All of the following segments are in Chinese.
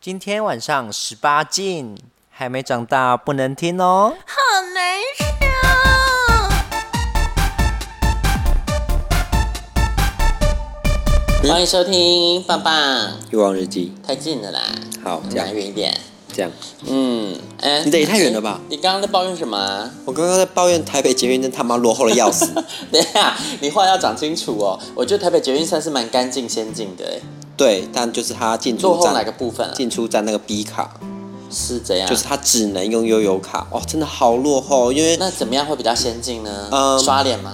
今天晚上十八禁，还没长大不能听哦。好难受。欢迎收听棒棒，欲望日记，太近了啦，好这样拿远一点。这样，嗯，哎、你的也太远了吧你刚刚在抱怨什么啊？ 我刚刚在抱怨台北捷运真他妈落后的要死。等一下，你话要讲清楚哦。我觉得台北捷运算是蛮干净先进的，哎，对，但就是他进落出后哪个嗯站，部分啊？进出站那个 B 卡，是怎样？就是他只能用悠游卡。哦，真的好落后，哦因为那怎么样会比较先进呢？嗯刷脸吗？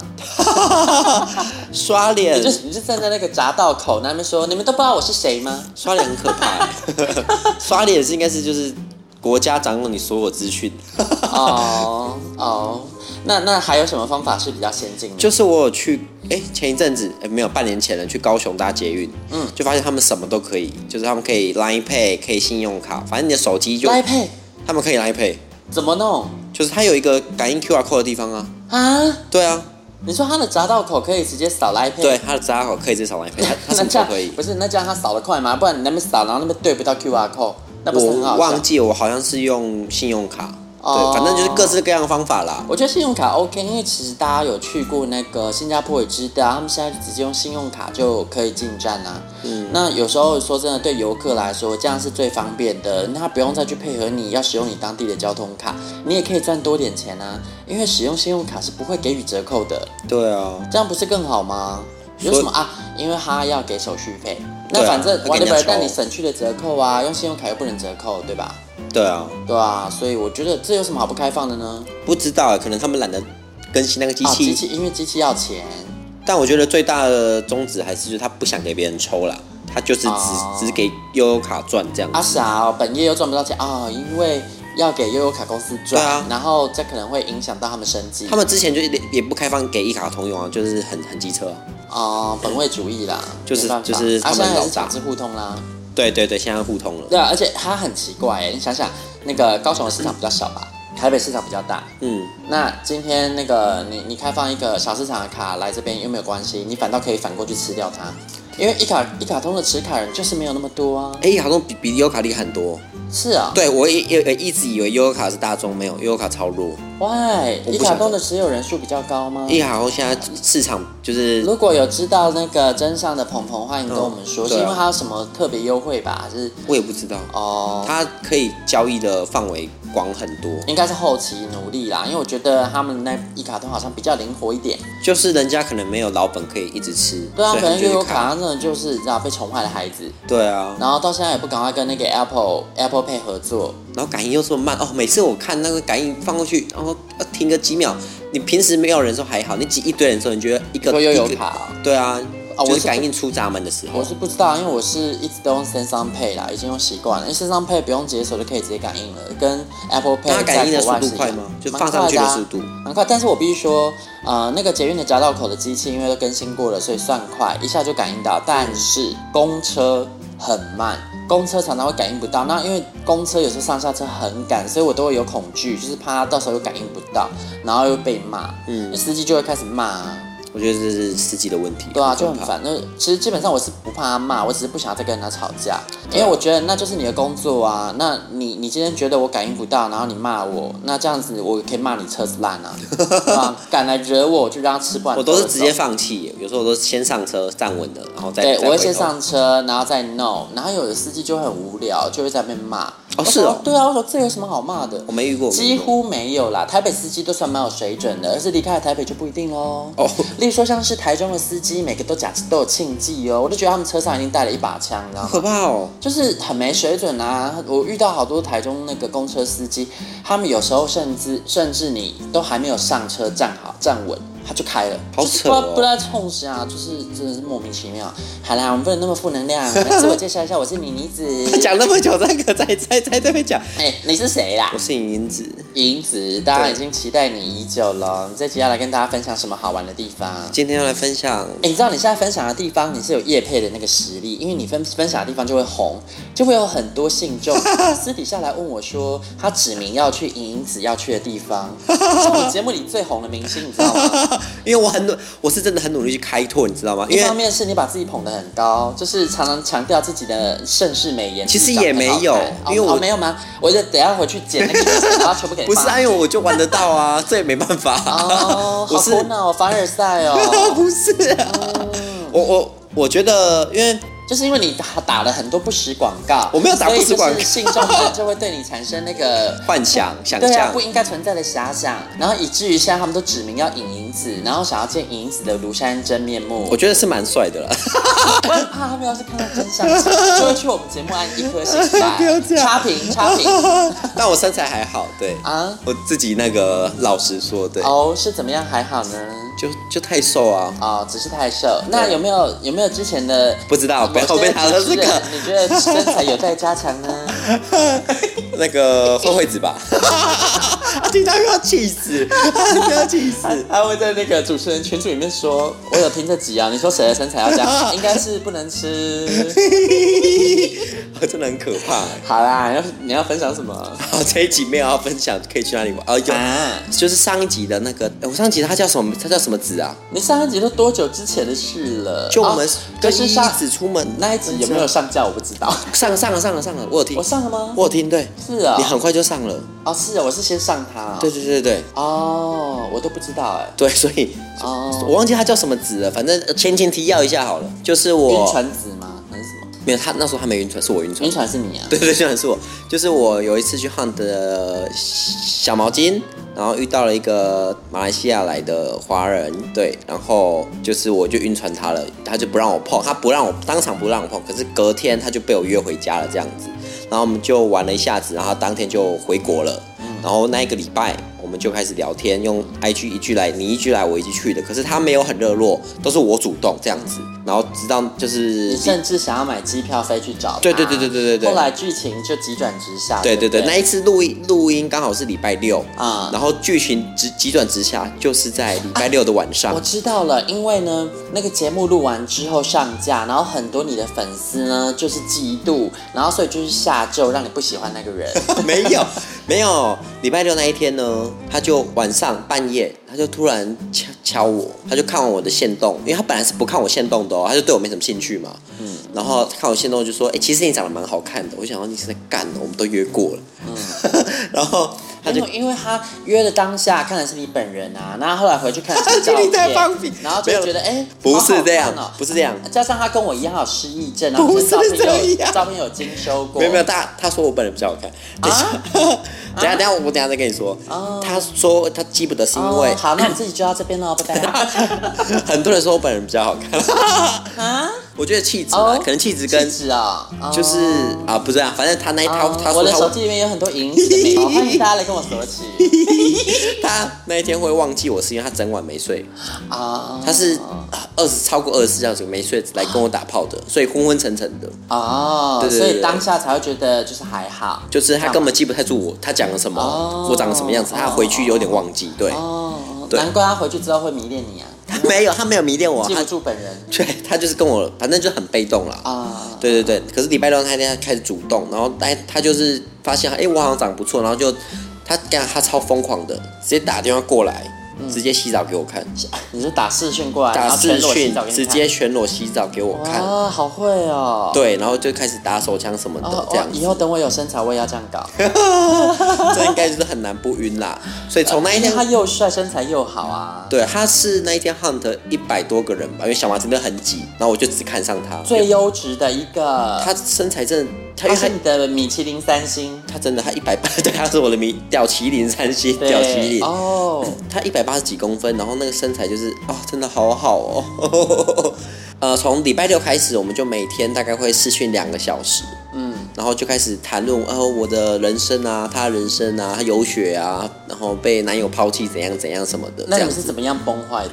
刷脸你就你就站在那个匝道口那边说，你们都不知道我是谁吗？ 刷脸很可怕 欸，刷脸是应该是就是国家掌握你所有资讯。哦哦，那那还有什么方法是比较先进的？就是我有去，哎、前一阵子，哎、没有半年前了，去高雄搭捷运，嗯嗯，就发现他们什么都可以，就是他们可以 Line Pay，可以信用卡，反正你的手机就，来配他们可以 Line Pay，怎么弄就是它有一个感应 QR code 的地方啊，啊？对啊，你说它的匝道口可以直接扫来配？对，它的闸口可以至少 Line Pay，它 它什那么这都样可以。不是，那这样他扫得快吗？不然你那边扫，然后那边对不到 QR code，那不是很我好忘笑？记我好像是用信用卡，哦对，反正就是各式各样的方法啦。我觉得信用卡 OK，因为其实大家有去过那个新加坡也知道，他们现在直接用信用卡就可以进站啊。嗯，那有时候说真的，对游客来说，这样是最方便的，那他不用再去配合你要使用你当地的交通卡，你也可以赚多点钱啊。因为使用信用卡是不会给予折扣的，对啊，这样不是更好吗？所以有什么啊？因为他要给手续费，对那啊反正他给人家 whatever，但抽你省去的折扣啊，用信用卡又不能折扣，对吧？对啊，对啊，所以我觉得这有什么好不开放的呢？不知道欸，可能他们懒得更新那个机啊，器，机器因为机器要钱，但我觉得最大的宗旨还是就是他不想给别人抽啦，他就是只、哦只给悠悠卡赚这样子。阿啊傻哦本业又赚不到钱啊、因为要给悠游卡公司对赚，啊然后这可能会影响到他们生计。他们之前就也也不开放给一卡通用啊，就是很很机车啊、啊、本位主义啦，就是没办法就是他啊，们现在还老是大强制互通啦。对对对，现在互通了。对啊，而且它很奇怪欸，你想想，那个高雄的市场比较小吧，台北市场比较大，嗯，那今天那个你你开放一个小市场的卡来这边又没有关系，你反倒可以反过去吃掉它，因为一卡一卡通的持卡人就是没有那么多啊。哎、一卡通比比悠悠卡厉害很多。是啊、对我也也也一直以为悠悠卡是大众，没有悠悠卡超弱。 ，Why 我不一晓卡得通的持有人数比较高吗？一卡通现在市场就是如果有知道那个真相的鹏鹏，欢迎跟我们说，嗯是因对为啊它有什么特别优惠吧？还是我也不知道，哦，它可以交易的范围广很多。应该是后期努力啦，因为我觉得他们那一卡通好像比较灵活一点。就是人家可能没有老本可以一直吃，对啊，所可能以他们就悠去悠看卡，真的就是你知道被宠坏的孩子，对啊，然后到现在也不赶快跟那个 Apple Apple Pay 合作。然后感应又这么慢哦，每次我看那个感应放过去，然后呃停个几秒，你平时没有人的时候还好，你挤一堆人的时候，你觉得一个说悠游，一个卡哦、对啊，哦就我是是感应出闸门的时候我，是不知道，因为我是一直都用 Samsung Pay 啦，已经用习惯了。因为 Samsung Pay 不用解锁就可以直接感应了，跟 Apple 那它 Pay 感应的在速国外度是一快样吗？就蛮放上去快的啊速度，蛮快，但是我必须说，呃，那个捷运的匝道口的机器因为都更新过了，所以算快，一下就感应到。嗯但是公车很慢，公车常常会感应不到。那因为公车有时候上下车很赶，所以我都会有恐惧，就是怕它到时候又感应不到，然后又被骂，嗯嗯，司机就会开始骂、啊。我觉得这是司机的问题，对啊，就可很怕。烦。那其实基本上我是不怕他骂，我只是不想再跟他吵架，因为我觉得那就是你的工作啊。那你你今天觉得我感应不到，然后你骂我，那这样子我可以骂你车子烂啊，对啊，敢来惹我，我就让他吃不完我兜都着走。是直接放弃，有时候我都是先上车站稳了，然后再对，再我会回先头上车，然后再弄，然后有的司机就会很无聊，就会在那边骂。哦我是说哦对啊，我说这有什么好骂的我？没遇过，我没遇几过乎没有啦，台北司机都算蛮有水准的，而是离开了台北就不一定喽。哦例如说像是台中的司机，每个都假都有庆忌哦，我就觉得他们车上一定带了一把枪，你知道 好可吗？怕哦，就是很没水准啊！我遇到好多台中那个公车司机，他们有时候甚至甚至你都还没有上车站好站稳，他就开了，好就是扯不哦知道不知道在冲啥，就是真的是莫名其妙。好啦，我们不能那么负能量，来自我介绍一下，我是妮妮子。 讲那么久，这个在在在这边讲，哎、你是谁啦我？是尹英子。银子，大家对已经期待你已久了。你这集要来跟大家分享什么好玩的地方？今天要来分享，哎、你知道你现在分享的地方，你是有业配的那个实力，因为你分分享的地方就会红，就会有很多信 众私底下来问我说，他指名要去银银子要去的地 方，是你节目里最红的明星，你知道吗？因为我很努，我是真的很努力去开拓，你知道吗？因一为方面是你把自己捧得很高，就是常常强调自己的盛世美颜，其实也没有自己长得很好看因为我哦哦没有吗？我就等一下回去剪那 个，然后全部给你不是放啊，因为我就玩得到啊，这也没办法。哦， 我好是苦恼，凡尔赛哦， 不是啊，我我我觉得，因为就是因为你打打了很多不实广告，我没有打不实广所告以就是信众们就会对你产生那个幻想想对啊象不，应该存在的遐想，然后以至于现在他们都指名要引银子，然后想要见引银子的庐山真面目。我觉得是蛮 帅的啦。我很怕他们要是看到真相，就会去我们节目按一颗星星不要这样差评差评但我身材还好，对，啊！我自己那个老实说，对，哦，是怎么样还好呢？就就太瘦啊，哦，只是太瘦。那有没有有没有之前的不知道，不要被他的的这个你觉得身材有待加强呢？ 那个凤惠子吧， 啊听到又要气死，又要气 死。 啊他会在那个主持人群组里面说：“我有听这集啊，你说谁的身材要加 强？应该是不能吃。 真的很可怕欸”。好啦，要你要分享什么？好，这一集没有要分享，可以去哪里玩？啊，有，啊，就是上一集的那个，呃我上一集他叫什么？他叫什么子啊？你上一集都多久之前的事了？就我们哦跟就是一上子出门那一集有没有上架我不知 道。上上了上了上了？我有听，我上了吗？我有听，对，是啊你很快就上了，哦，是啊，我是先上它、对。对对对哦，我都不知道哎、对，所以我哦，忘记他叫什么子了，反正呃前前提要一下好了，就是晕我船子吗？还是什么？没有他那时候他没晕船，是我晕船晕，船是你啊？ 对对，就是我，就是我有一次去 hunt 的小毛巾，然后遇到了一个马来西亚来的华人，对，然后就是我就晕船他了，他就不让我碰，他不让我当场不让我碰，可是隔天他就被我约回家了这样子，然后我们就玩了一下子，然后当天就回国了，然后那一个礼拜。我们就开始聊天，用 IG 一句来，你一句来，我一句去的。可是他没有很热络，都是我主动这样子。然后直到就是你甚至想要买机票飞去找他。对对对对对对对后来剧情就急转直下。对对对对，不那一次录音录音刚好是礼拜六啊然后剧情直急转直下，就是在礼拜六的晚上。我知道了，因为呢，那个节目录完之后上架，然后很多你的粉丝呢就是嫉妒，然后所以就是下咒让你不喜欢那个 人。 没有没有，礼拜六那一天呢，他就晚上半夜，他就突然敲敲我，他就看完我的线动，因为他本来是不看我线动的哦，他就对我没什么兴趣嘛。嗯，然后看我线动就说，哎、其实你长得蛮好看的，我想说你是在干的，我们都约过了。嗯， 然后他就因为因为他约的当下看的是你本人啊，然后后来回去看的是照 你片，在放屁然后就觉得哎、不好好是这样看哦，不是这样，加上他跟我一样有失忆症，然后不可是能照片这有样照片有精修过，没有没有，他他说我本人比较好啊看。等一下，等一下等一下，我等一下再跟你说。哦他说他记不得是因哦为好，那你自己就到这 边喽，拜拜。很多人说我本人比较好看。 啊，我觉得气质啊哦，可能气质跟是啊，哦就是啊，不是啊，反正他那一套哦他我说的手他机里面有很多银子 的美好，欢迎大家来跟我索取 他那一天会忘记我是因为他整晚没睡，啊。他是二十超过二十四小时没睡来跟我打炮的，所以昏昏沉沉的，哦，对对对所对以当下才会觉得就是还好，就是他这样根本记不太住我他讲了什么哦，我长得什么样子，他回去有点忘记，对，哦，对难怪他回去之后会迷恋你啊， 没有他没有迷恋我，记他不住本人对他就是跟我反正就很被动啦。啊。对对对，可是礼拜六那天他开始主动，然后但他就是发现，哎、我好像长得不错，然后就他干他超疯狂的，直接打电话过来，嗯直接洗澡给我看，你就打视讯过来，然打后视啊全裸洗讯澡给你直看哦接全裸洗澡给我看，哇，好会哦。。对，然后就开始打手枪什么的，哦，这哇样以子，后等我有身材，我也要这样 搞。这应该就是很难不晕啦。所以从那一呃因为天他，又帅，身材又好啊。 对，他是那一天 hunt 一百多个人吧，因为小马真的很挤，然后我就只看上他，最优质的一个，他身材真的，他他因为他是你的米其林三星。他真的他一百八， 对，他是我的名，屌麒麟三星，对屌麒麟。 哦，他一百八十几公分，然后那个身材就是哦，真的好好 哦。呃，从礼拜六开始，我们就每天大概会试训两个小时，嗯，然后就开始谈论哦我的人生啊，他的人生啊，他游学啊，然后被男友抛弃怎样怎样什么的，那这你样们子是。怎么样崩坏的？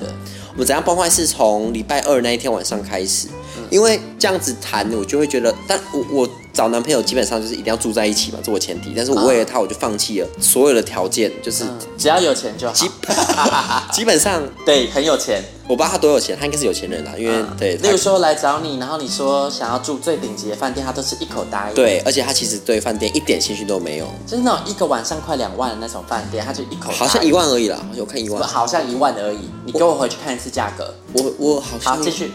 我们怎样崩坏是从礼拜二那一天晚上开始，嗯因为这样子谈，我就会觉得，但我我找男朋友基本上就是一定要住在一起嘛，这我前提。但是我为了他，我就放弃了所有的条件，就是 嗯，只要有钱就好基。本基本上，对，很有钱。我不知道他多有钱，他应该是有钱人啦，因为嗯对，例如他说来找你，然后你说想要住最顶级的饭店，他都是一口答应。，对，而且他其实对饭店一点兴趣都没有，就是那种一个晚上快两万的那种饭店，他就一口答应好像一，万而已啦，好像我看一不万，好像一万而已。你跟我回去看一次价格。我我好好，像继续。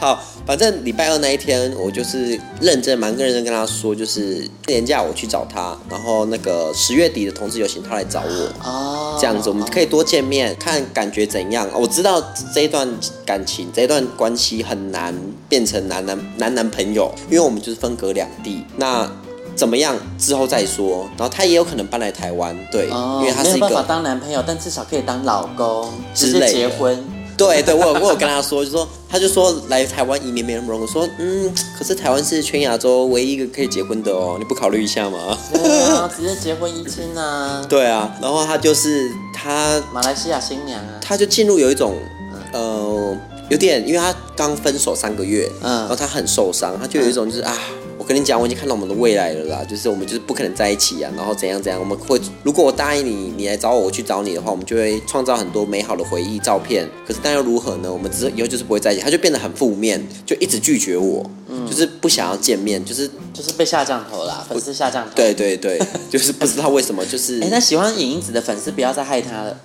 好，反正礼拜二那一天，我就是认真蛮认真跟他说，就是年假我去找他，然后那个十月底的同志游行他来找我，哦，这样子我们可以多见面，看感觉怎样。我知道这一段感情这一段关系很难变成男男男男朋友，因为我们就是分隔两地。那怎么样之后再说，然后他也有可能搬来台湾，对，哦，因为他没是有一办法个当男朋友，但至少可以当老公，直之接类的结婚。对对，我有我有跟他说，就说他就说来台湾移民没那么容易。我说嗯，可是台湾是全亚洲唯一一个可以结婚的哦，你不考虑一下吗？对 啊，直接结婚一亲啊。对啊，然后他就是他马来西亚新娘啊。他就进入有一种嗯呃有点，因为他刚分手三个月，嗯然后他很受伤，他就有一种就是啊。我跟你讲，我已经看到我们的未来了啦，就是我们就是不可能在一起啊，然后怎样怎样，我们会如果我答应你，你来找我，我去找你的话，我们就会创造很多美好的回忆照片。可是但又如何呢？我们只是以后就是不会在一起，他就变得很负面，就一直拒绝我，嗯就是不想要见面，就是就是被下降头啦，粉丝下降头。对，对对， 就是不知道为什么，就是哎、那喜欢影影子的粉丝不要再害他了。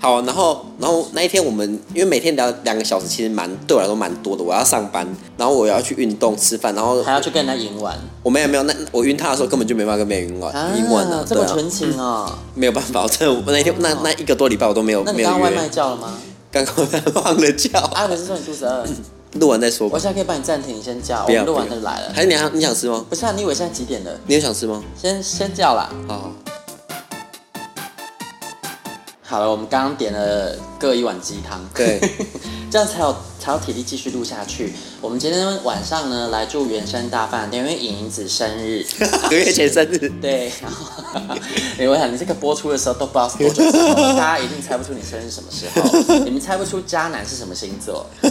好，然后然后那一天我们因为每天聊两个小时，其实蛮对我来说蛮多的。我要上班，然后我要去运动、吃饭，然后还要去跟人家赢玩，我没有没有，那我晕他的时候根本就没办法跟别人晕玩，晕玩啊，这对么啊，纯情哦。没有办法，我真的我那一天那那一个多礼拜我都没有那没你有刚刚外卖约，叫了吗？刚刚忘了叫，啊，可是说你肚子 饿，录完再说我吧。现在可以帮你暂停，你先叫，我不要们不录要完就来了。还是你要你想吃吗？不是啊，你以为现在几点了？你有想吃吗？先先叫啦。好好，好了，我们刚刚点了各一碗鸡汤，对， 这样才有才有体力继续录下去。我们今天晚上呢来住原生大饭店，因为影影子生日， 隔月前生日，对，然后你哎我想你这个播出的时候都不知道是多久之后，大家一定猜不出你生日什么时候，你们猜不出渣男是什么星座。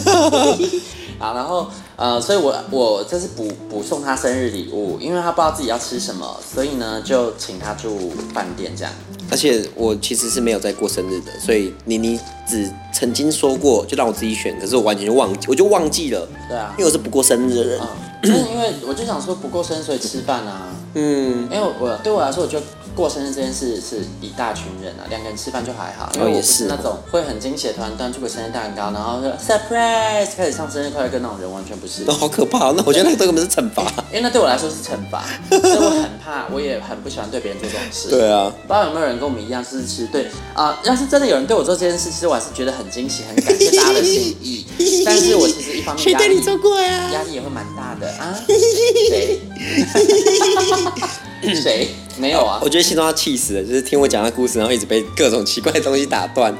好，然后呃，所以我我这是补补送他生日礼物，因为他不知道自己要吃什么，所以呢就请他住饭店这样。而且我其实是没有在过生日的，所以你你只曾经说过就让我自己选，可是我完全就忘记，我就忘记了，对啊因为我是不过生日的人。嗯，但是因为我就想说不过生日所以吃饭啊，嗯，因为我对我来说，我觉得过生日这件事是一大群人啊，两个人吃饭就还好，因为我哦也不是是那种会很惊喜的，突然端出个生日蛋糕，然后就 surprise 开始唱生日快乐歌那种人，完全不是那。好可怕哦！那我觉得那个根本是惩罚。因为那对我来说是惩罚，所以我很怕，我也很不喜欢对别人做这种事。 对啊，不知道有没有人跟我们一样，就是其实对啊、要是真的有人对我做这件事，其实我还是觉得很惊喜，很感谢大家的心意。但是我其实一方面压力过呀压力也会蛮大的啊。 谁？谁？ 没有啊我。觉得心中要气死了，就是听我讲他故事，然后一直被各种奇怪的东西打断。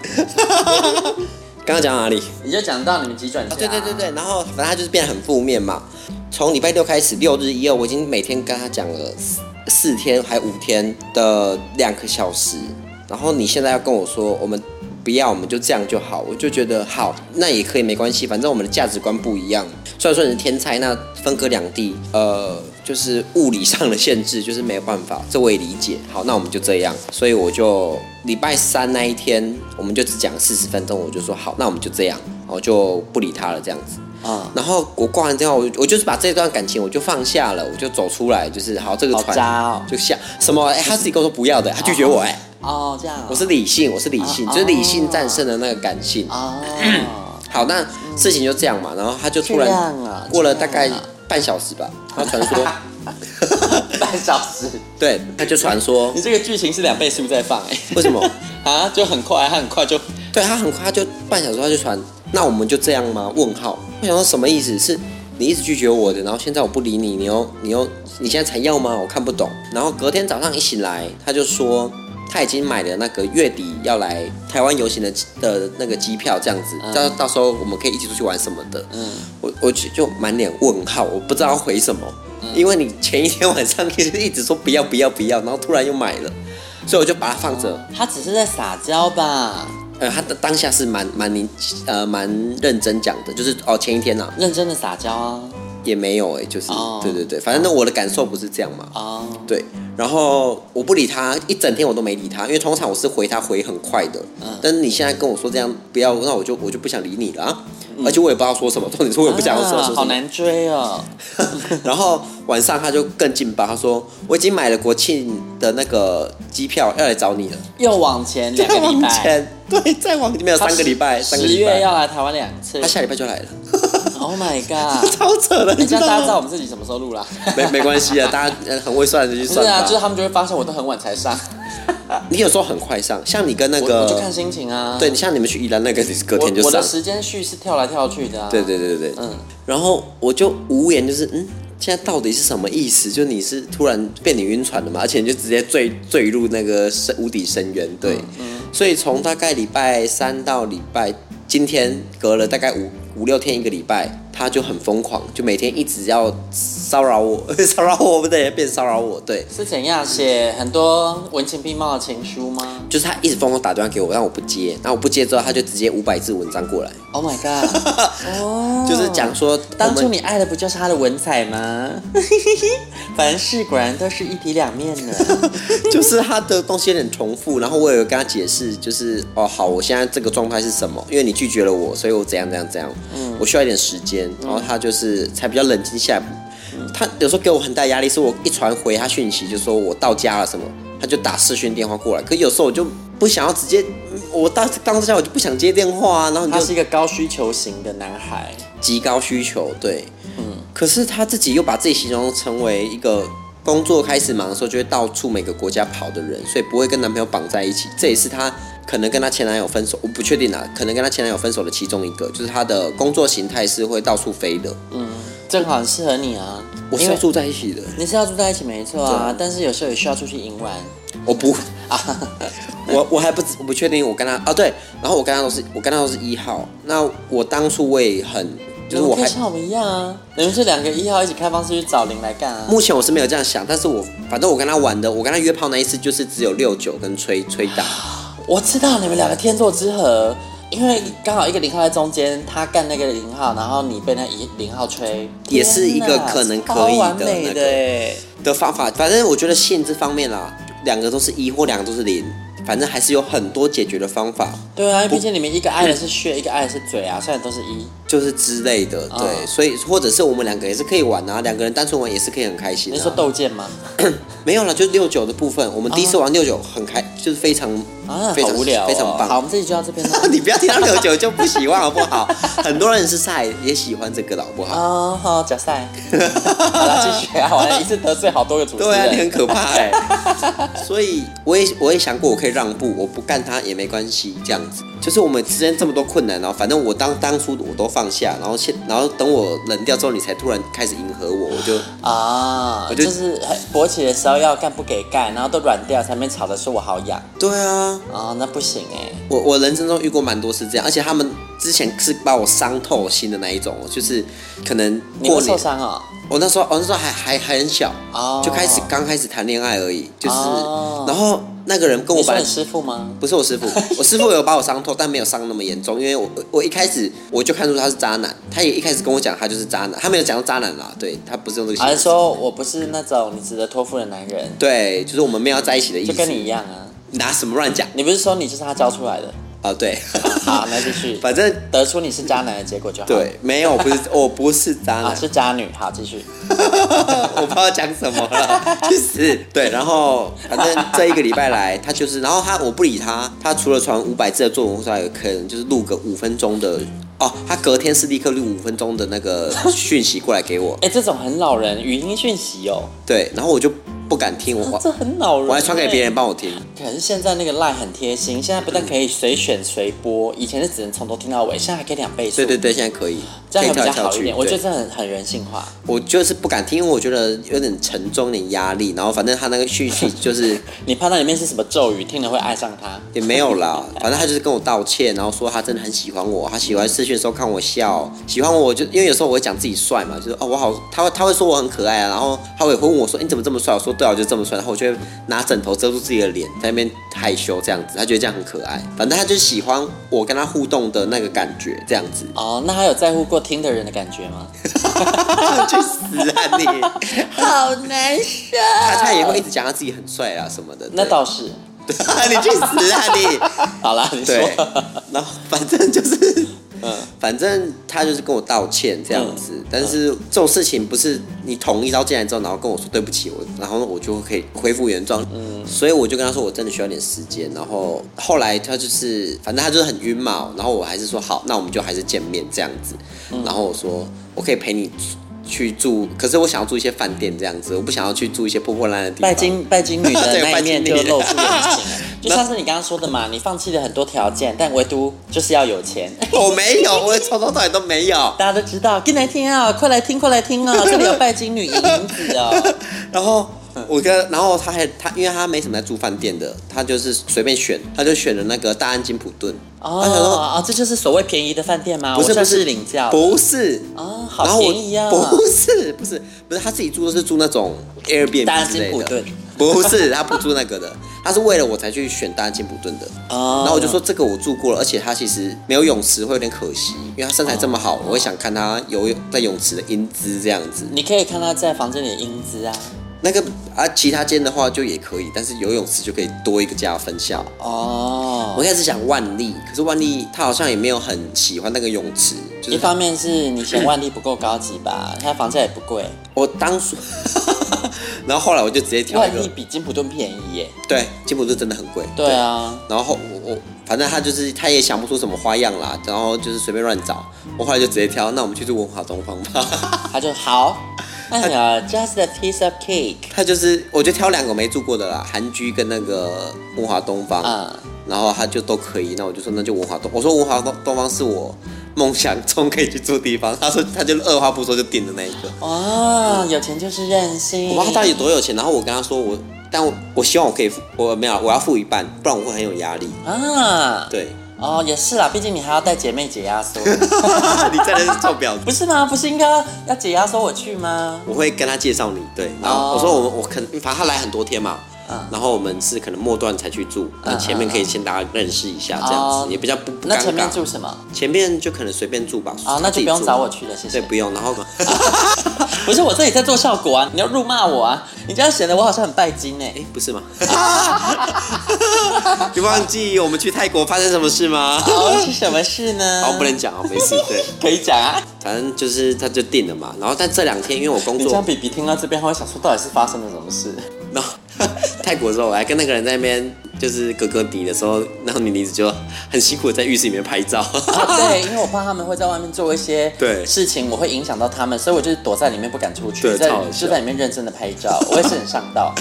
刚刚讲哪里？你就讲到你们急转直下、哦对对对对，然后反正他就是变得很负面嘛。从礼拜六开始，六日一二，我已经每天跟他讲了四四天还五天的两个小时。然后你现在要跟我说，我们不要，我们就这样就好，我就觉得好，那也可以没关系，反正我们的价值观不一样。虽然说你是天才，那分隔两地，呃，就是物理上的限制，就是没有办法，这我也理解。好，那我们就这样，所以我就礼拜三那一天，我们就只讲四十分钟，我就说好，那我们就这样，我就不理他了，这样子。啊、然后我挂完电话，我我就是把这段感情我就放下了，我就走出来，就是好这个好船渣哦就下什么？哎、他自己跟我说不要的，他拒绝我哎、哦，这样啊、我是理性，我是理性，哦就是理性战胜了那个感性。 哦，好，那事情就这样嘛，然后他就突这然样啊过了大概这样啊半小时吧，他传 说，半小时，对，他就传说你这个剧情是两倍速在放哎、 为什么？啊，就很快，他很快就对他很快他就半小时他就传，那我们就这样吗？问号，我想说什么意思？是你一直拒绝我的，然后现在我不理你，你又你又你现在才要吗？我看不懂。然后隔天早上一醒来，他就说他已经买了那个月底要来台湾游行的的那个机票，这样子，嗯到、到时候我们可以一起出去玩什么的。嗯，我我就就满脸问号，我不知道回什么，嗯因为你前一天晚上一直说不要不要不要，然后突然又买了，所以我就把它放着。他只是在撒娇吧？呃，他的当下是蛮蛮明呃蛮认真讲的，就是哦前一天啊认真的撒娇啊！也没有哎、就是、哦对对对，反正那我的感受不是这样嘛。哦，对，然后我不理他，一整天我都没理他，因为通常我是回他回很快的。嗯但是你现在跟我说这样不要，那我就我就不想理你了、啊，而且我也不知道说什么，重点是我也不想要说嗯啊说什好么。难追哦。 然后晚上他就更劲爆，他说我已经买了国庆的那个机票，要来找你了。又往前 两再个礼往拜，前，对，再往前没有他三个礼拜，三个十礼月拜，要来台湾两次他。下礼拜就来了， Oh my god！超扯的，你人知家大家道知道吗？我们自己什么时候录啦？没没关系啊，大家呃很会算的就 去不是算啊，就是吧。他们就会发现我都很晚才上，你有时候很快上，像你跟那我我就个看，心情啊。对，像你们去宜兰那个，你是隔我天就我上的。时间序是跳来跳去的啊。对，对对对对，嗯，然后我就无言，就是嗯，现在到底是什么意思？就你是突然被你晕船了嘛，而且你就直接坠坠入那个深无底深渊，对。嗯所以从大概礼拜三到礼拜今天隔了大概五五六天一个礼拜，他就很疯狂，就每天一直要骚扰我， 骚扰我，不对，变骚扰我，对。是怎样写很多文情并茂的情书吗就是他一直疯狂打电话给我，让我不接，然后我不接之后，他就直接五百字文章过来， ？Oh my god！哦，就是讲说 当我初们你爱的不就是他的文采吗？凡事果然都是一体两面 的。 就是他的东西有点重复，然后我有跟他解释，就是哦好，我现在这个状态是什么？因为你拒绝了我，所以我怎样怎样怎样，嗯我需要一点时间，然后他就是才比较冷静下来。嗯他有时候给我很大压力，是我一传回他讯息就说我到家了什么，他就打视讯电话过来。可有时候我就不想要直接，嗯我当当下我就不想接电话啊，然后你他是就一个高需求型的男孩，极高需求，对，可是他自己又把自己形容成为一个工作开始忙的时候就会到处每个国家跑的人，所以不会跟男朋友绑在一起。这也是他可能跟他前男友分手，我不确定啊，可能跟他前男友分手的其中一个，就是他的工作形态是会到处飞的。正好很适合你啊。我是因要为住在一起的，你是要住在一起没错啊，但是有时候也需要出去赢玩。我不 我我还不知我不确定我跟他啊对，然后我跟他都是我跟他都是一号，那我当初我也很就是我你们可以还。像我们一样啊，你们是两个一号一起开放式去找零来干啊。目前我是没有这样想，但是我反正我跟他玩的，我跟他约炮那一次就是只有六九跟吹吹 打，我知道你们两个天作之合，因为刚好一个零号在中间，他干那个零号，然后你被那一零号吹，也是一个可能可以的天哪超完那个美的欸的方法，反正我觉得性这方面啦，两个都是一或两个都是零，反正还是有很多解决的方法，对啊，毕竟你们一个爱的是血，一个爱的是嘴啊，虽然都是一。就是之类的，对，嗯所以或者是我们两个也是可以玩啊，两个人单纯玩也是可以很开心、你啊。是说斗剑吗？没有啦，就是六九的部分，我们第一次玩六九很开，就是非常啊，非好常无聊、哦。非常好，我棒。们这集就到这边了。 你不要听到六九就不喜欢好不好？很多人是晒也喜欢这个的好不好？哦，好，假赛。 好了，继续啊！我一次得罪好多个主持人。 对啊，你很可怕哎、 所以我也我也想过，我可以让步，我不干他也没关系，这样子。就是我们之间这么多困难，然后反正我当当初我都放下，然后现然后等我冷掉之后，你才突然开始迎合我，我 就啊，我就就是很勃起的时候要干不给干，然后都软掉，才没吵着说我好痒对啊，啊、那不行哎、我我人生中遇过蛮多次这样，而且他们之前是把我伤透心的那一种，就是可能你过会受年，伤哦。我那时候我那时候还还还很小，哦就开始刚开始谈恋爱而已，就是、哦然后那个人跟你我说本来你师傅吗？不是我师傅， 我师傅有把我伤透，但没有伤那么严重，因为我我一开始我就看出他是渣男，他也一开始跟我讲他就是渣男，他没有讲到渣男啦，对他不是用这个还形是容，说我不是那种你值得托付的男人，对，就是我们没有要在一起的意思，就跟你一样啊？拿什么乱讲你不是说你就是他教出 来的？啊？对， 好，那继续。 反正得出你是渣男的结果就好。对，没有，我不是 我不是渣啊，男，是渣女。好，继续。 我不知道讲什么 了，去死！对，然后反正这一个礼拜来，他就是，然后他我不理他，他除了传五百字的作文之外，可能就是录个五分钟的。哦，他隔天是立刻录五分 钟的那个讯息过来给我，哎、这种很老人语音讯息哦，对，然后我就不敢听，我啊这很恼人、欸我还传给别人。帮我听。可是现在那个赖很贴心，现在不但可以随选随播，以前是只能从头听到尾，现在还可以两倍速。对对，对，现在可以，这样可还比以跳较来跳好一去。点。我觉对得这很很人性化。我就是不敢听，因为我觉得有点沉重，有点压力。然后反正他那个讯息就是你怕那里面是什么咒语，听了会爱上他？也没有啦，反正他就是跟我道歉，然后说他真的很喜欢我，他喜欢视讯的时候看我笑，喜欢我我就因为有时候我会讲自己帅嘛，就是哦我好，他会他会说我很可爱啊，然后他会会问我说你怎么这么帅？我说对啊，我就这么帅，然后我就会拿枕头遮住自己的脸，在那边害羞这样子，他觉得这样很可爱，反正他就喜欢我跟他互动的那个感觉这样子。哦，那还有在乎过听的人的感觉吗？去死 啊你！ 好难受。他他也会一直讲他自己很帅啊什么的。那对倒是。 你去死啊你！好啦，你对说。，然后反正就是，嗯反正他就是跟我道歉这样子，但是这种事情不是你同意到进来之后，然后跟我说对不起，我然后我就可以恢复原状。嗯，所以我就跟他说我真的需要点时间，然后后来他就是，反正他就是很晕嘛，然后我还是说好，那我们就还是见面这样子，嗯然后我说我可以陪你。去住，可是我想要住一些饭店这样子，我不想要去住一些破破烂烂的地方。拜 金拜金女的对那一面拜金就女露出原形 了，就像是你刚刚说的嘛，你放弃了很多条件，但唯独就是要有钱。 我没有，我从头到尾都没有。大家都知道，进来听啊，快来听，快来 听啊！这里有拜金女银子哦，然后嗯我跟，然后他还他，因为他没什么在住饭店的，他就是随便选，他就选了那个大安金普顿。 哦他想说哦，这就是所谓便宜的饭店吗？不是我不算是领教不是。哦，然好后我便宜啊！不是不是不是，他自己住都是住那种 Airbnb 大安之金类普的顿，不是他不住那个的， 他是为了我才去选大安金普顿的。哦然后我就说这个我住过了，而且他其实没有泳池会有点可惜，因为他身材这么好，我会想看他游泳在泳池的英姿这样子。你可以看他在房间里的英姿啊。那个啊，其他间的话就也可以，但是游泳池就可以多一个加分项。我哦一，开始想万丽，可是万丽她好像也没有很喜欢那个泳池，就一是方面是你嫌万丽不够高级吧，他房价也不贵，我当初， 然后后来我就直接挑一万丽个，比金普顿便宜耶。对，金普顿真的很贵，对啊，然后我我反正他就是他也想不出什么花样啦，然后就是随便乱找，我后来就直接挑，那我们去住文华东方吧。他就好，哎呀，just a piece of cake，他就是我就挑两个我没住过的啦，韩居跟那个文华东方，嗯，然后他就都可以，那我就说那就文华东，我说文华东东方是我梦想中可以去住的地方， 他说他就二话不说就订的那一个，哇，哦有钱就是任性，我不知道他到底有多有钱，然后我跟他说我，但我我希望我可以付，我没有我啊要付一半，不然我会很有压力，啊，，对，哦，也是啦，毕竟你还要带姐妹解压 缩， 你真的是臭婊 子。不是吗？不是应该要解压缩我去吗？我会跟他介绍你，对，然后哦我说我们我可能反正他来很多天嘛嗯，然后我们是可能末段才去住，那前面可以先大家认识一下，这样哦子也比较不不那尴前面尬。住什么？前面就可能随便住吧，啊，那就不用找我去了，谢谢。对，不用。然后 不是我这里在做效果啊，你要辱骂我啊，你这样显得我好像很拜金哎。不是吗？ 你忘记我们去泰国发生什么 事吗？哦，是什么事呢？好，不能讲啊，没事。对，可以讲啊。反正就是他就定了嘛。然后但这两天因为我工你这作样，比比听到这边，他会想说到底是发生了什么事？然后 泰国的时候，我还跟那个人在那边就是哥哥迪的时候，然后你妮子就很辛苦的在浴室里面拍 照。啊， 对，因为我怕他们会在外面做一些对事情，我会影响到他们，所以我就是躲在里面不敢出去，对在超好笑就在里面认真的拍 照，我也是很上道。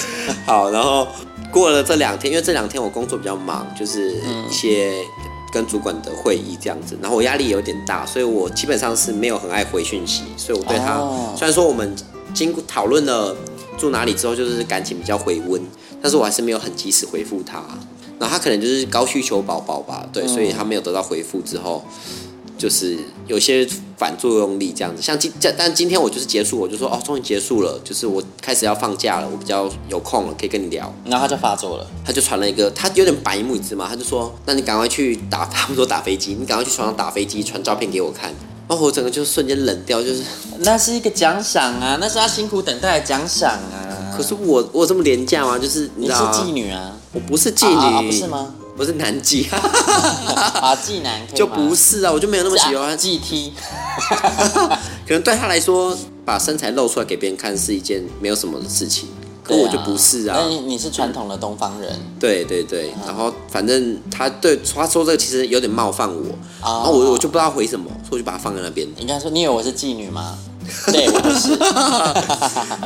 好，然后过了这两天，因为这两天我工作比较忙，就是一些跟主管的会议这样子，然后我压力有点大，所以我基本上是没有很爱回讯息，所以我对他、哦虽然说我们经过讨论了住哪里之后，就是感情比较回温，但是我还是没有很及时回复他。然后他可能就是高需求宝宝吧，对，所以他没有得到回复之后，就是有些反作用力这样子。像今这，但今天我就是结束，我就说哦，终于结束了，就是我开始要放假了，我比较有空了，可以跟你聊。然后他就发作了，他就传了一个，他有点白目，你知道吗？他就说，那你赶快去打，他们说打飞机，你赶快去床上打飞机，传照片给我看。啊然后哦我整个就瞬间冷掉，就是，那是一个奖赏啊，那是他辛苦等待的奖赏啊。可是我我有这么廉价吗？就是你你知是道吗妓女啊，我不是妓啊啊啊女，不是吗？我是男妓，啊，妓男可以吗就不是啊，我就没有那么喜啊欢。妓梯， 可能对他来说，把身材露出来给别人看是一件没有什么的事情，可对我就不是啊那。你你是传统的东方人，对对对，然后反正他对他说这个其实有点冒犯我，哦然后我我就不知道回什么，所以我就把他放在那边。 你刚才说你以为我是妓女吗？对，我不是。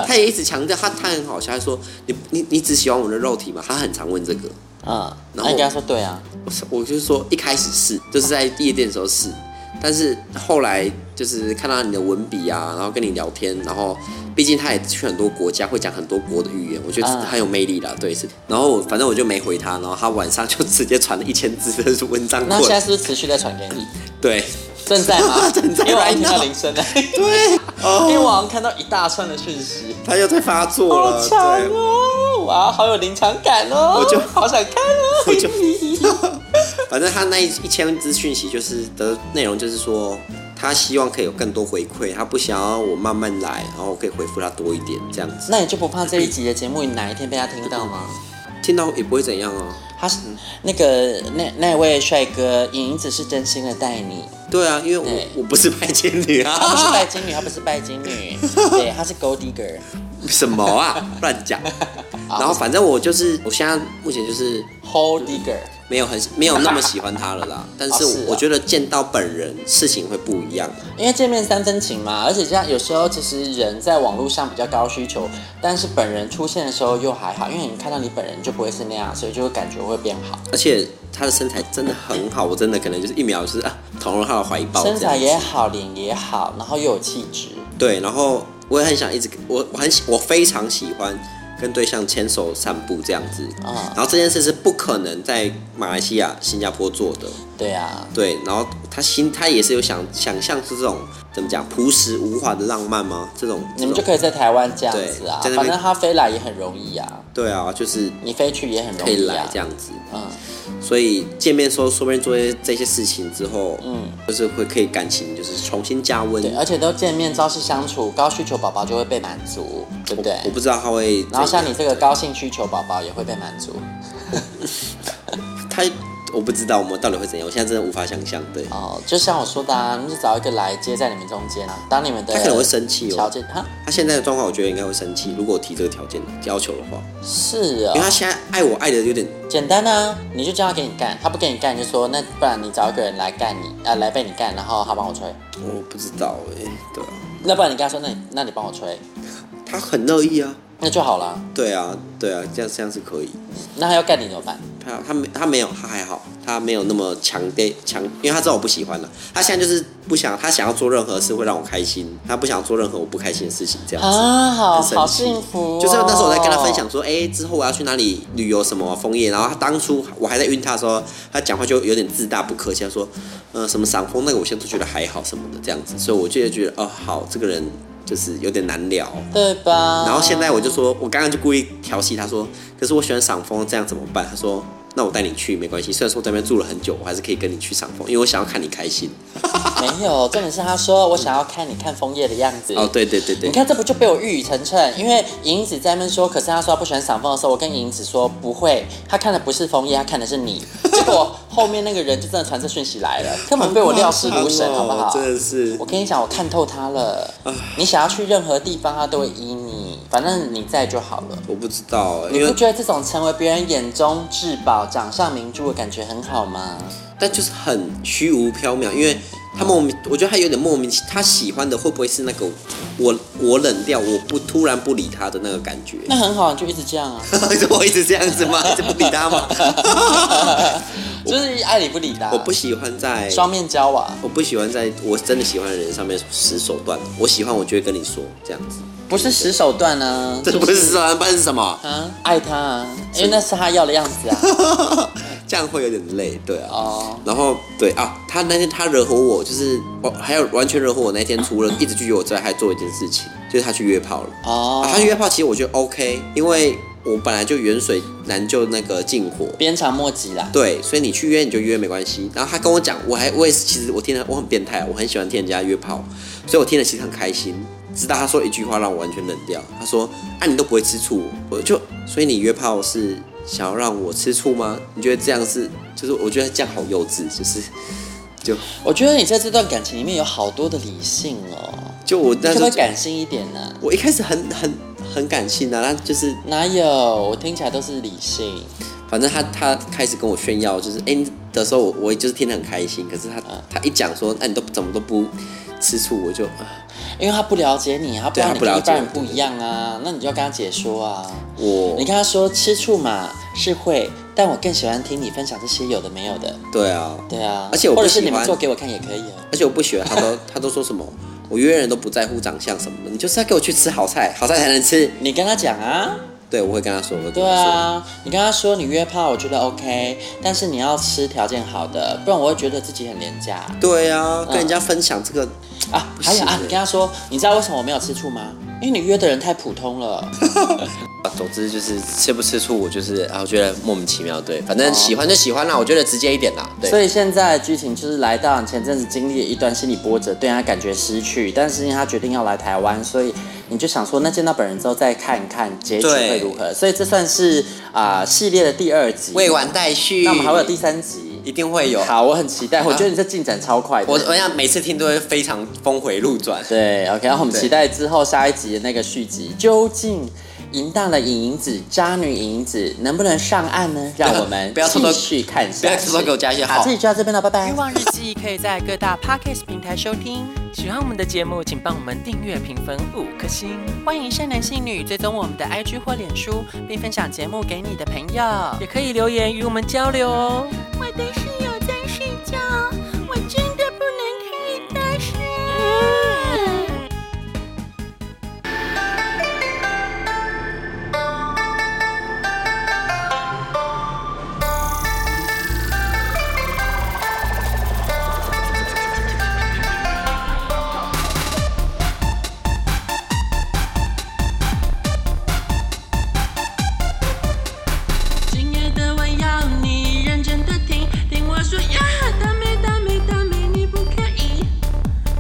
他也一直强调，他他很好笑，他说你你你只喜欢我的肉体吗？他很常问这个。嗯，那然后你跟他说对啊，我说我就是说一开始是，就是在夜店的时候是，但是后来就是看到你的文笔啊，然后跟你聊天，然后毕竟他也去很多国家，会讲很多国的语言，我觉得嗯很有魅力啦，对是。然后我反正我就没回他，然后他晚上就直接传了一千字的文章那过现在来，是不是持续在传给你？对。正在吗？ 正在因为我 right 还听到 now 铃声呢。对，因为我好像看到一大串的讯息，他又在发作好了，长对，哦，哇，好有临场感哦，我就好想看哦，我就 反正他那一一千字讯息就是的内容，就是说他希望可以有更多回馈，他不想要我慢慢来，然后我可以回复他多一点这样子。那你就不怕这一集的节目你哪一天被他听到吗？听到也不会怎样哦。他是那个那那位帅哥，影子是真心的待你，对啊，因为对我我不是拜金女她不是啊， 拜金女，她不是拜金女，对，她是 gold digger。什么 啊，乱讲。然后反正我就是，我现在目前就是 Hold digger，没有很没有那么喜欢他了啦，但是哦是啊我觉得见到本人事情会不一样。啊因为见面三分情嘛，而且这样有时候其实人在网络上比较高需求，但是本人出现的时候又还好，因为你看到你本人就不会是那样，所以就会感觉会变好，而且他的身材真的很好，我真的可能就是一秒就是啊捅入他的怀抱，身材这样子也好，脸也好，然后又有气质。对，然后我也很想一直，我我很喜，我非常喜欢跟对象牵手散步这样子。啊然后这件事是不可能在马来西亚、新加坡做的。对啊，对，然后他心他也是有想想象是这种怎么讲朴实无华的浪漫吗？这种你们就以可以在台湾这样对子啊，在那边反正他飞来也很容易啊，对啊，就是你飞去也很容可以易来啊这。样子。嗯，所以见面说，说不定做些这些事情之后，嗯嗯，就是会可以感情就是重新加温。对，而且都见面、朝夕相处，高需求宝宝就会被满足，对不对我？我不知道他会怎样。然后像你这个高性需求宝宝也会被满足。他，我不知道我们到底会怎样，我现在真的无法想象。对。哦，就像我说的啊，你就找一个来接在你们中间啊，当你们的他可能会生气哦条件哈，他现在的状况，我觉得应该会生气。如果我提这个条件要求的话，是因为他哦，现在爱我爱的有点，简单啊，你就叫他给你干，他不给你干，你就说那不然你找一个人来干你，呃，来被你干，然后他帮我吹，我不知道哎、对啊，那不然你跟他说那你那你帮我吹，他很乐意啊，那就好了。对啊，对啊，这样这样是可以。那他要干你怎么办？他他没他没有他还好，他没有那么强烈强，因为他知道我不喜欢了。他现在就是不想，他想要做任何事会让我开心，他不想做任何我不开心的事情，这样子。啊，好很神奇好幸福、哦就是那时候我在跟他分享，说，哎、之后我要去哪里旅游什么枫叶，然后他当初我还在晕他的时候，他讲话就有点自大不客气，他说，呃，什么赏枫那个我现在都觉得还好什么的这样子，所以我就觉得，哦，好，这个人就是有点难聊。对吧？然后现在我就说，我刚刚就故意调戏他说，可是我喜欢赏枫，这样怎么办？他说，那我带你去没关系，虽然说我在那边住了很久，我还是可以跟你去赏枫，因为我想要看你开心。没有，重点是他说我想要看你看枫叶的样子。哦，对对对你对，看这不就被我一语成谶？因为银子在那边说，可是他说他不喜欢赏枫的时候，我跟银子说不会，他看的不是枫叶，他看的是 你。结果后面那个人就真的传这讯息来了，根本被我料事如神，好不好？ 真的是我，跟你讲，我看透他了。你想要去任何地方，他都会依你，反正你在就好了。我不知道，你因不为觉得这种成为别人眼中至宝、掌上明珠的感觉很好吗？但就是很虚无缥缈，因为他莫名，我觉得他有点莫名其，他喜欢的会不会是那个我我冷掉，我不突然不理他的那个感 觉？那很好，你就一直这 样啊，我一直这样子吗？一直不理他吗？就是爱理不理的啊、我不喜欢 在，双面胶啊，我不喜欢在我真的喜欢的人上面使手段。我喜欢，我就会跟你说这样子。不是使手段啊，这不是使手段，不然是什么？啊，爱他啊，因为那是他要的样子 啊。这样会有点累，对啊。哦，然后对啊，他那天他惹火我，就是我还有完全惹火我那天，除了一直拒绝我之外，还做一件事情，就是他去约炮了。哦啊，他约炮其实我觉得 OK，因为我本来就远水难救那个近火。鞭长莫及啦。对，所以你去约你就约没关系。然后他跟我讲，我还我也是，其实我听了我很变态，啊我很喜欢听人家约炮，所以我听了其实很开心。直到他说一句话让我完全冷掉，他说：“啊，你都不会吃醋，我就所以你约炮是想要让我吃醋吗？你觉得这样是就是我觉得这样好幼稚，就是就我觉得你在这段感情里面有好多的理性哦，就我那可时不可候以就感性一点呢、我一开始很很很感性啊，他就是哪有？我听起来都是理性。反正他他开始跟我炫啊耀，就是哎、你的时候我，我就是听得很开心。可是他他一讲说，那、你都怎么都不吃醋，我就啊因为他不了解你，他不知对道他你不跟了一般解人不一样啊，那你就要跟他解说啊。我你跟他说吃醋嘛是会，但我更喜欢听你分享这些有的没有的。对啊，对啊，而且我不或者是喜你们欢做给我看也可以啊。而且我不喜欢他都 他都说什么，我约人都不在乎长相什么的，你就是要给我去吃好菜，好菜才能吃。你跟他讲啊，对，我会跟他说，我会对跟他说，啊，你跟他说你约炮，我觉得 OK，但是你要吃条件好的，不然我会觉得自己很廉价对啊，跟人家分享这个，啊。不还有是啊欸，你跟他说，你知道为什么我没有吃醋吗？因为你约的人太普通了。啊总之就是吃不吃醋，我就是啊，我觉得莫名其妙。对，反正喜欢就喜欢啦，我觉得直接一点啦。所对，以现在的剧情就是来到你前阵子经历了一段心理波折，对他感觉失去，但是因为他决定要来台湾，所以你就想说，那见到本人之后再看看结局对会如何。所以这算是啊、系列的第二集，未完待续。那我们还会有第三集，一定会有。好，我很期待，我觉得你这进展超快的。我我想每次听都会非常峰回路转。对，OK，然后我们对期待之后下一集的那个续集，究竟淫荡的影影子、渣女影影子能不能上岸呢？让我们 不要偷偷继续看下去，不要偷偷给我加一些好，好这。里就到这边了，拜拜欲。望日记可以在各大 podcast 平台收听。喜欢我们的节目，请帮我们订阅、评分五颗星。欢迎善男信女追踪我们的 IG 或脸书，并分享节目给你的朋友，也可以留言与我们交流哦。我的室友在睡觉，我真的不能看他睡。亲爱的，我要你认真的听，听我说呀，大美大美大美，你不可以。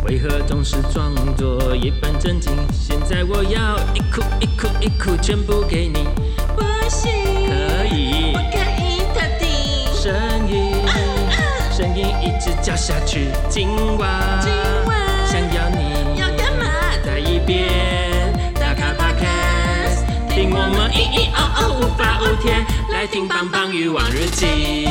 为何总是装作一本正经？现在我要一哭一哭一哭全部给你，不行，可以不可以他听。声音，声音一直叫下去，今晚，今晚想要你，要干嘛？再一遍，打开 Podcast，听我们咿咿哦哦无法无天，来听棒棒与往日记。